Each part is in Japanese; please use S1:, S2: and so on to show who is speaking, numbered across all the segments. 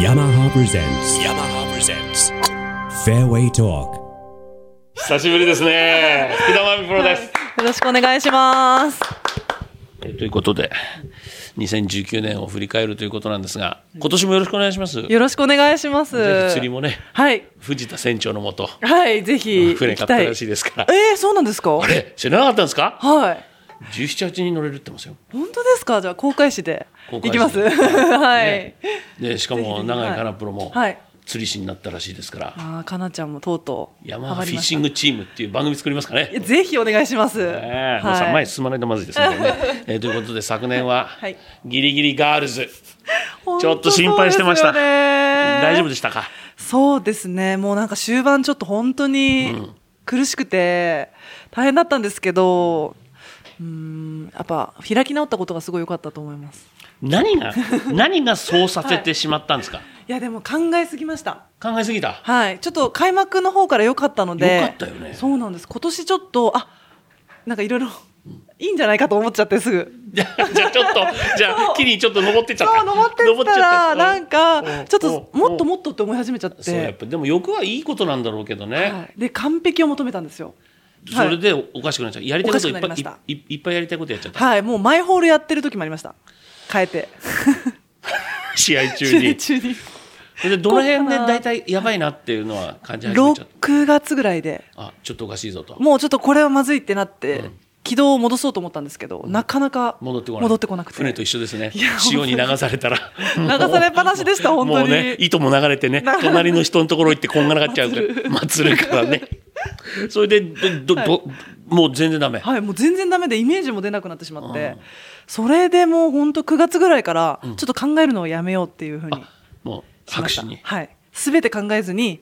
S1: yamaha presents yamaha presents fairway talk
S2: 久しぶりですね。福田真美プロです。
S3: よろしくお願いします。
S2: えーということで、2019年を振り返るということなんですが、今年もよろしくお願いします。ぜ
S3: よろしくお願いします。
S2: ひ釣りもね、
S3: はい。
S2: 藤田船長のもと、
S3: はい、ぜひ。
S2: 船買ったらしいですから
S3: 行きた。えー、そうなんですか
S2: あれ知らなかったんですか
S3: はい。
S2: ?17、8人乗れるって言ってますよ。
S3: 本当ですかじゃあ、公開誌で。
S2: 公
S3: 行
S2: 開誌
S3: きます
S2: で
S3: はい、
S2: ねで、しか
S3: ぜひぜ
S2: も
S3: ひ
S2: 長井かなプロも
S3: はい、
S2: 釣り師になったらしいですから、
S3: ああ、かなちゃんもとうとう。
S2: 山フィッシ
S3: ン
S2: ングチームっていう番組作りますかね。
S3: ぜひお願いします。
S2: ねえもうさ前に進まないとまずいですね。これねえーということで昨年は、
S3: はい
S2: ギリギリガールズ、
S3: 本
S2: ちょっ
S3: 当
S2: と
S3: そう
S2: 心配してました。
S3: ですよね
S2: 大丈夫でしたか
S3: そうですね。もうなんか終盤ちょっと本当に苦しくて、大変だったんですけど、うーん、やっぱ開き直ったことがすごい良かったと思います。
S2: 何 が何がそうさせてしまったんですか、
S3: いやでも考えすぎました。
S2: 考えすぎた
S3: はい、ちょっと開幕の方から良かったので、
S2: 良かったよね
S3: そうなんです。今年ちょっとあ、なんかいろいろいいんじゃないかと思っちゃってすぐ。
S2: じゃあじゃあち ょっとじゃ
S3: そ
S2: あ
S3: う
S2: 木にちょっと登ってっちゃった
S3: そう登ってったらなん
S2: う
S3: か
S2: ん
S3: ちょっと
S2: うん
S3: もっともっとって思い始めちゃっ、
S2: そうやってぱでも欲はいいことなんだろうけどね、
S3: はい、で完璧を求めたんですよ。
S2: それでおかしくなっちゃうやりたいこといっぱ
S3: おか
S2: い
S3: しく
S2: い
S3: なりま
S2: いいっぱいやりたいことやっちゃった
S3: はい、もうマイホールやってる時もありました。変えて
S2: 試合 中に
S3: 中に
S2: それでどの辺で大体やばいなっていうのは感じ始めちゃっ
S3: 6月ぐらいで
S2: たあちょっとおかしいぞと
S3: もうちょっとこれはまずいってなって、軌道を戻そうと思ったんですけど、なかなか
S2: 戻ってこない
S3: 戻ってこなくて
S2: 船と一緒ですね
S3: いや
S2: 潮に流されたら流
S3: されっぱなしでした本 当に
S2: もうね糸も流れてね
S3: 流れ
S2: 隣の人のところ行ってこんがらがっちゃう から祭るからねそれでどど、
S3: はい
S2: どもう全然ダメ
S3: はい、もう全然ダメでイメージも出なくなってしまって、それでもう本当9月ぐらいからちょっと考えるのをやめようっていうふうに
S2: あもう
S3: し
S2: 白
S3: ました、
S2: 紙に
S3: はい、全て考えずに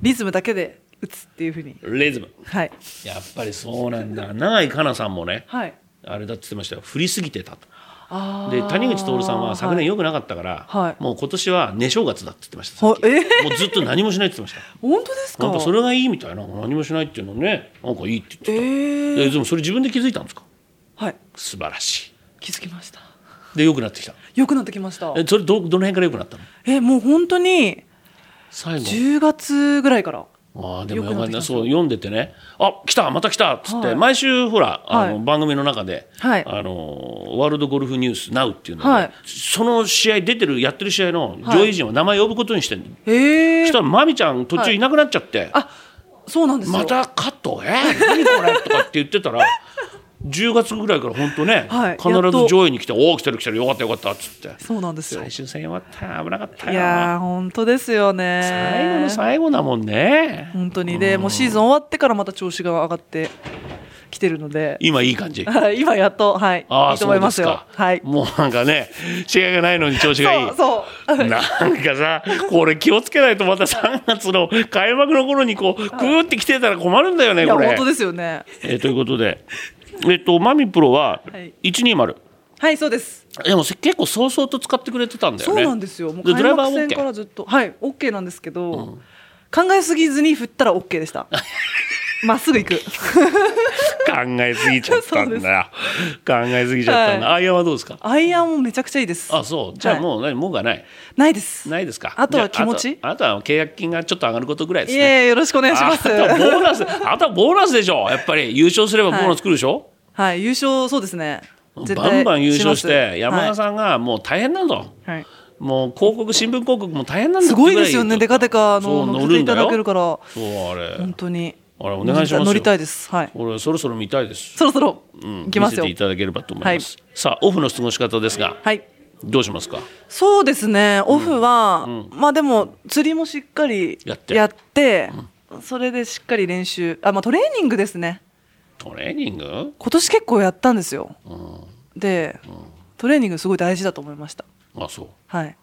S3: リズムだけで打つっていうふうに
S2: リズム
S3: はい
S2: やっぱりそうなんだ永井香奈さんもね
S3: はい
S2: あれだって言ってましたよ振りすぎてたと
S3: あ
S2: で
S3: ー
S2: 谷口徹さんは昨年良くなかったから、
S3: はい
S2: もう今年は寝正月だって言ってましたさ
S3: は
S2: っき
S3: え
S2: もうずっと何もしないって言ってました
S3: 本当です か
S2: なんかそれがいいみたいな何もしないっていうのねなんかいいって言ってた、
S3: え
S2: で
S3: ー、
S2: でもそれ自分で気づいたんですか
S3: はい
S2: 素晴らし
S3: 気づきました
S2: いで良くなってきた
S3: 良くなってきました
S2: えそれどどの辺から良くなったの
S3: えもう本当に
S2: 最後
S3: 10月ぐらいから
S2: ああでも
S3: 良
S2: よか
S3: くな
S2: っ
S3: ってき
S2: た
S3: ました
S2: そう読んでてねあ来たまた来たっつって、
S3: はい
S2: 毎週ほらあの、
S3: はい
S2: 番組の中で、
S3: はい
S2: あのワールドゴルフニュースナウっていうので、
S3: はい
S2: その試合出てるやってる試合の
S3: はい
S2: 上位陣を名前呼ぶことにしてんの、
S3: え
S2: そ
S3: え
S2: したらまみちゃん途中いなくなっちゃって、
S3: あそうなんですよ
S2: またカットえー、何これとかって言ってた ら10月ぐらいから本当ね、
S3: はい
S2: 必
S3: やっ
S2: ず
S3: と
S2: 上位に来て「おお来てる来てるよかったよかった」っつって
S3: そうなんですよ
S2: 最終戦終わった危なかったよ
S3: いやー本当ですよね
S2: 最後の最後だもんね
S3: 本当にでもうシーズン終わってからまた調子が上がってきてるので
S2: 今いい感じ
S3: はい今やっとはい
S2: ああ
S3: いいと思いますよ
S2: そうですか
S3: はい
S2: もうなんかね試合がないのに調子がいい
S3: そうそう
S2: なんかさこれ気をつけないとまた3月の開幕の頃にこうグーって来てたら困るんだよね
S3: いや
S2: これ
S3: 本当ですよね
S2: えーということでえっとマミプロは
S3: はい
S2: 120、
S3: はいそうです
S2: でもせ結構早々と使ってくれてたんだよ
S3: そ
S2: ね
S3: うなんですよもう
S2: で
S3: 開
S2: ドライバ
S3: 幕
S2: ー
S3: 戦
S2: OK
S3: からずっとはい OK なんですけど、考えすぎずに振ったら OK でした まっすぐ行く
S2: 考えすぎちゃ ったんだよ考えすぎちゃったんだ、アイアンはどうですか
S3: アイアンもめちゃくちゃいいです
S2: あそうじゃあもう何、もうがない
S3: ないです
S2: ないですか
S3: あとは
S2: じゃ
S3: 気持ち
S2: あとあとは契約金がちょっと上がることぐらいで
S3: い
S2: すね
S3: えよろしくお願いしま
S2: あ
S3: す
S2: とはボーナスあとはボーナスでしょやっぱり優勝すればボーナス来るでしょ、
S3: はい、優勝、そうですね。絶対
S2: バンバン優勝して
S3: し
S2: 山
S3: ま
S2: 田
S3: す
S2: さんがもう大変なんだ、
S3: はいはい
S2: もう広告新聞広告も大変なんだ
S3: すごいですよね、デカデカあ
S2: そう
S3: の
S2: 乗
S3: 乗せて
S2: る
S3: い
S2: ん
S3: た
S2: だ
S3: だける
S2: よ
S3: から、
S2: そうあれ
S3: 本当に。
S2: あれお願いしますよ
S3: 乗りたいです。はい。
S2: 俺そろそろ見たいです
S3: そろそろ
S2: うん
S3: 行きますよ
S2: 見せてい。ただければと思います、さあオフの過ごし方ですが、
S3: はい。
S2: どうしますか
S3: そうですね、オフは、まあでも釣りもしっかり
S2: やって
S3: てそれでしっかり練習、あまあトレーニングですね。
S2: トレーニング、
S3: 今年結構やったんですよ。
S2: うん、
S3: で、トレーニングすごい大事だと思いました。
S2: あそう
S3: はい。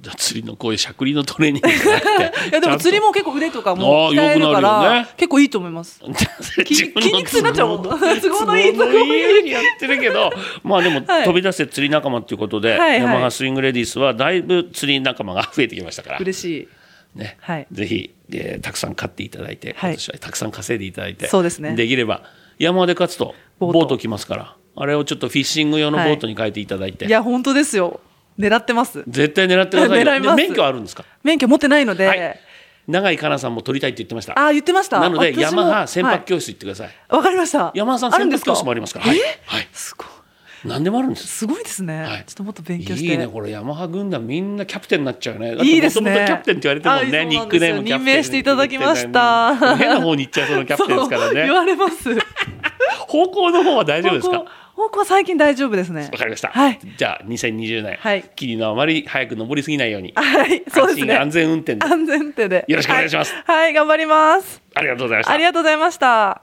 S2: じゃあ釣りのこういうしゃくりのトレーニングじゃなくて
S3: いやでも釣りも 結構腕とかも鍛えるか
S2: あーよくなるよ
S3: ら
S2: ね
S3: 結構いいと思います。
S2: 筋
S3: 筋筋肉痛になっちゃうもん都合のいい
S2: 都合のいいようにやってるけどまあでも
S3: はい
S2: 飛び出せ釣り仲間ということで、
S3: はいはい
S2: ヤマハスイングレディースはだいぶ釣り仲間が増えてきましたから、
S3: 嬉しい。
S2: ね
S3: はい
S2: ぜひ、えーたくさん買っていただいて、
S3: はい
S2: 今年はたくさん稼いでいただいて
S3: そうですね
S2: できれば山で勝つとボ
S3: ボ
S2: ー
S3: ー
S2: ト
S3: ト
S2: 来ますからあれをちょっとフィッシング用のボートに変えていただいて、
S3: いや本当ですよ。狙ってます
S2: 絶対狙ってください
S3: 狙い
S2: よ。
S3: ます
S2: 免許あるんですか。
S3: 免許持ってないので、
S2: はい永井かなさんも取りたいって言ってました。
S3: ああ言ってました
S2: なので
S3: 私も
S2: ヤマハ船
S3: は
S2: 舶
S3: い
S2: 教室行ってください。
S3: わかりました。
S2: ヤマハさん
S3: ある
S2: 船舶
S3: ですか
S2: 教室もありますから。はい
S3: え。
S2: はい。
S3: すごい。
S2: 何でもあるんです。
S3: すごいですね、
S2: はい
S3: ちょっともっと勉強して。
S2: いいねこれヤマハ軍団みんなキャプテンになっちゃうね。
S3: いいですね
S2: もともとキャプテンって言われてるもん
S3: は
S2: ね。
S3: い
S2: ニックネームキャプテン
S3: 任命していただきました
S2: もう変な方に行っちゃうそのキャプテンですから
S3: そう言
S2: ね。
S3: われます。
S2: 方向の方は大丈夫ですか
S3: 方。向方向は最近大丈夫ですね。
S2: わかりました。
S3: はい。
S2: じゃあ2020年、
S3: はい
S2: 霧のあまり早く登りすぎないように、
S3: はい、そうです
S2: 安心
S3: ね。
S2: 安全運転で
S3: 安全手で。
S2: よろしくお願いします
S3: はい、はい頑張ります。
S2: ありがとうございました
S3: あ。りがとうございました。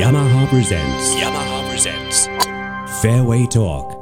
S1: yamaha presents yamaha presents fairway talk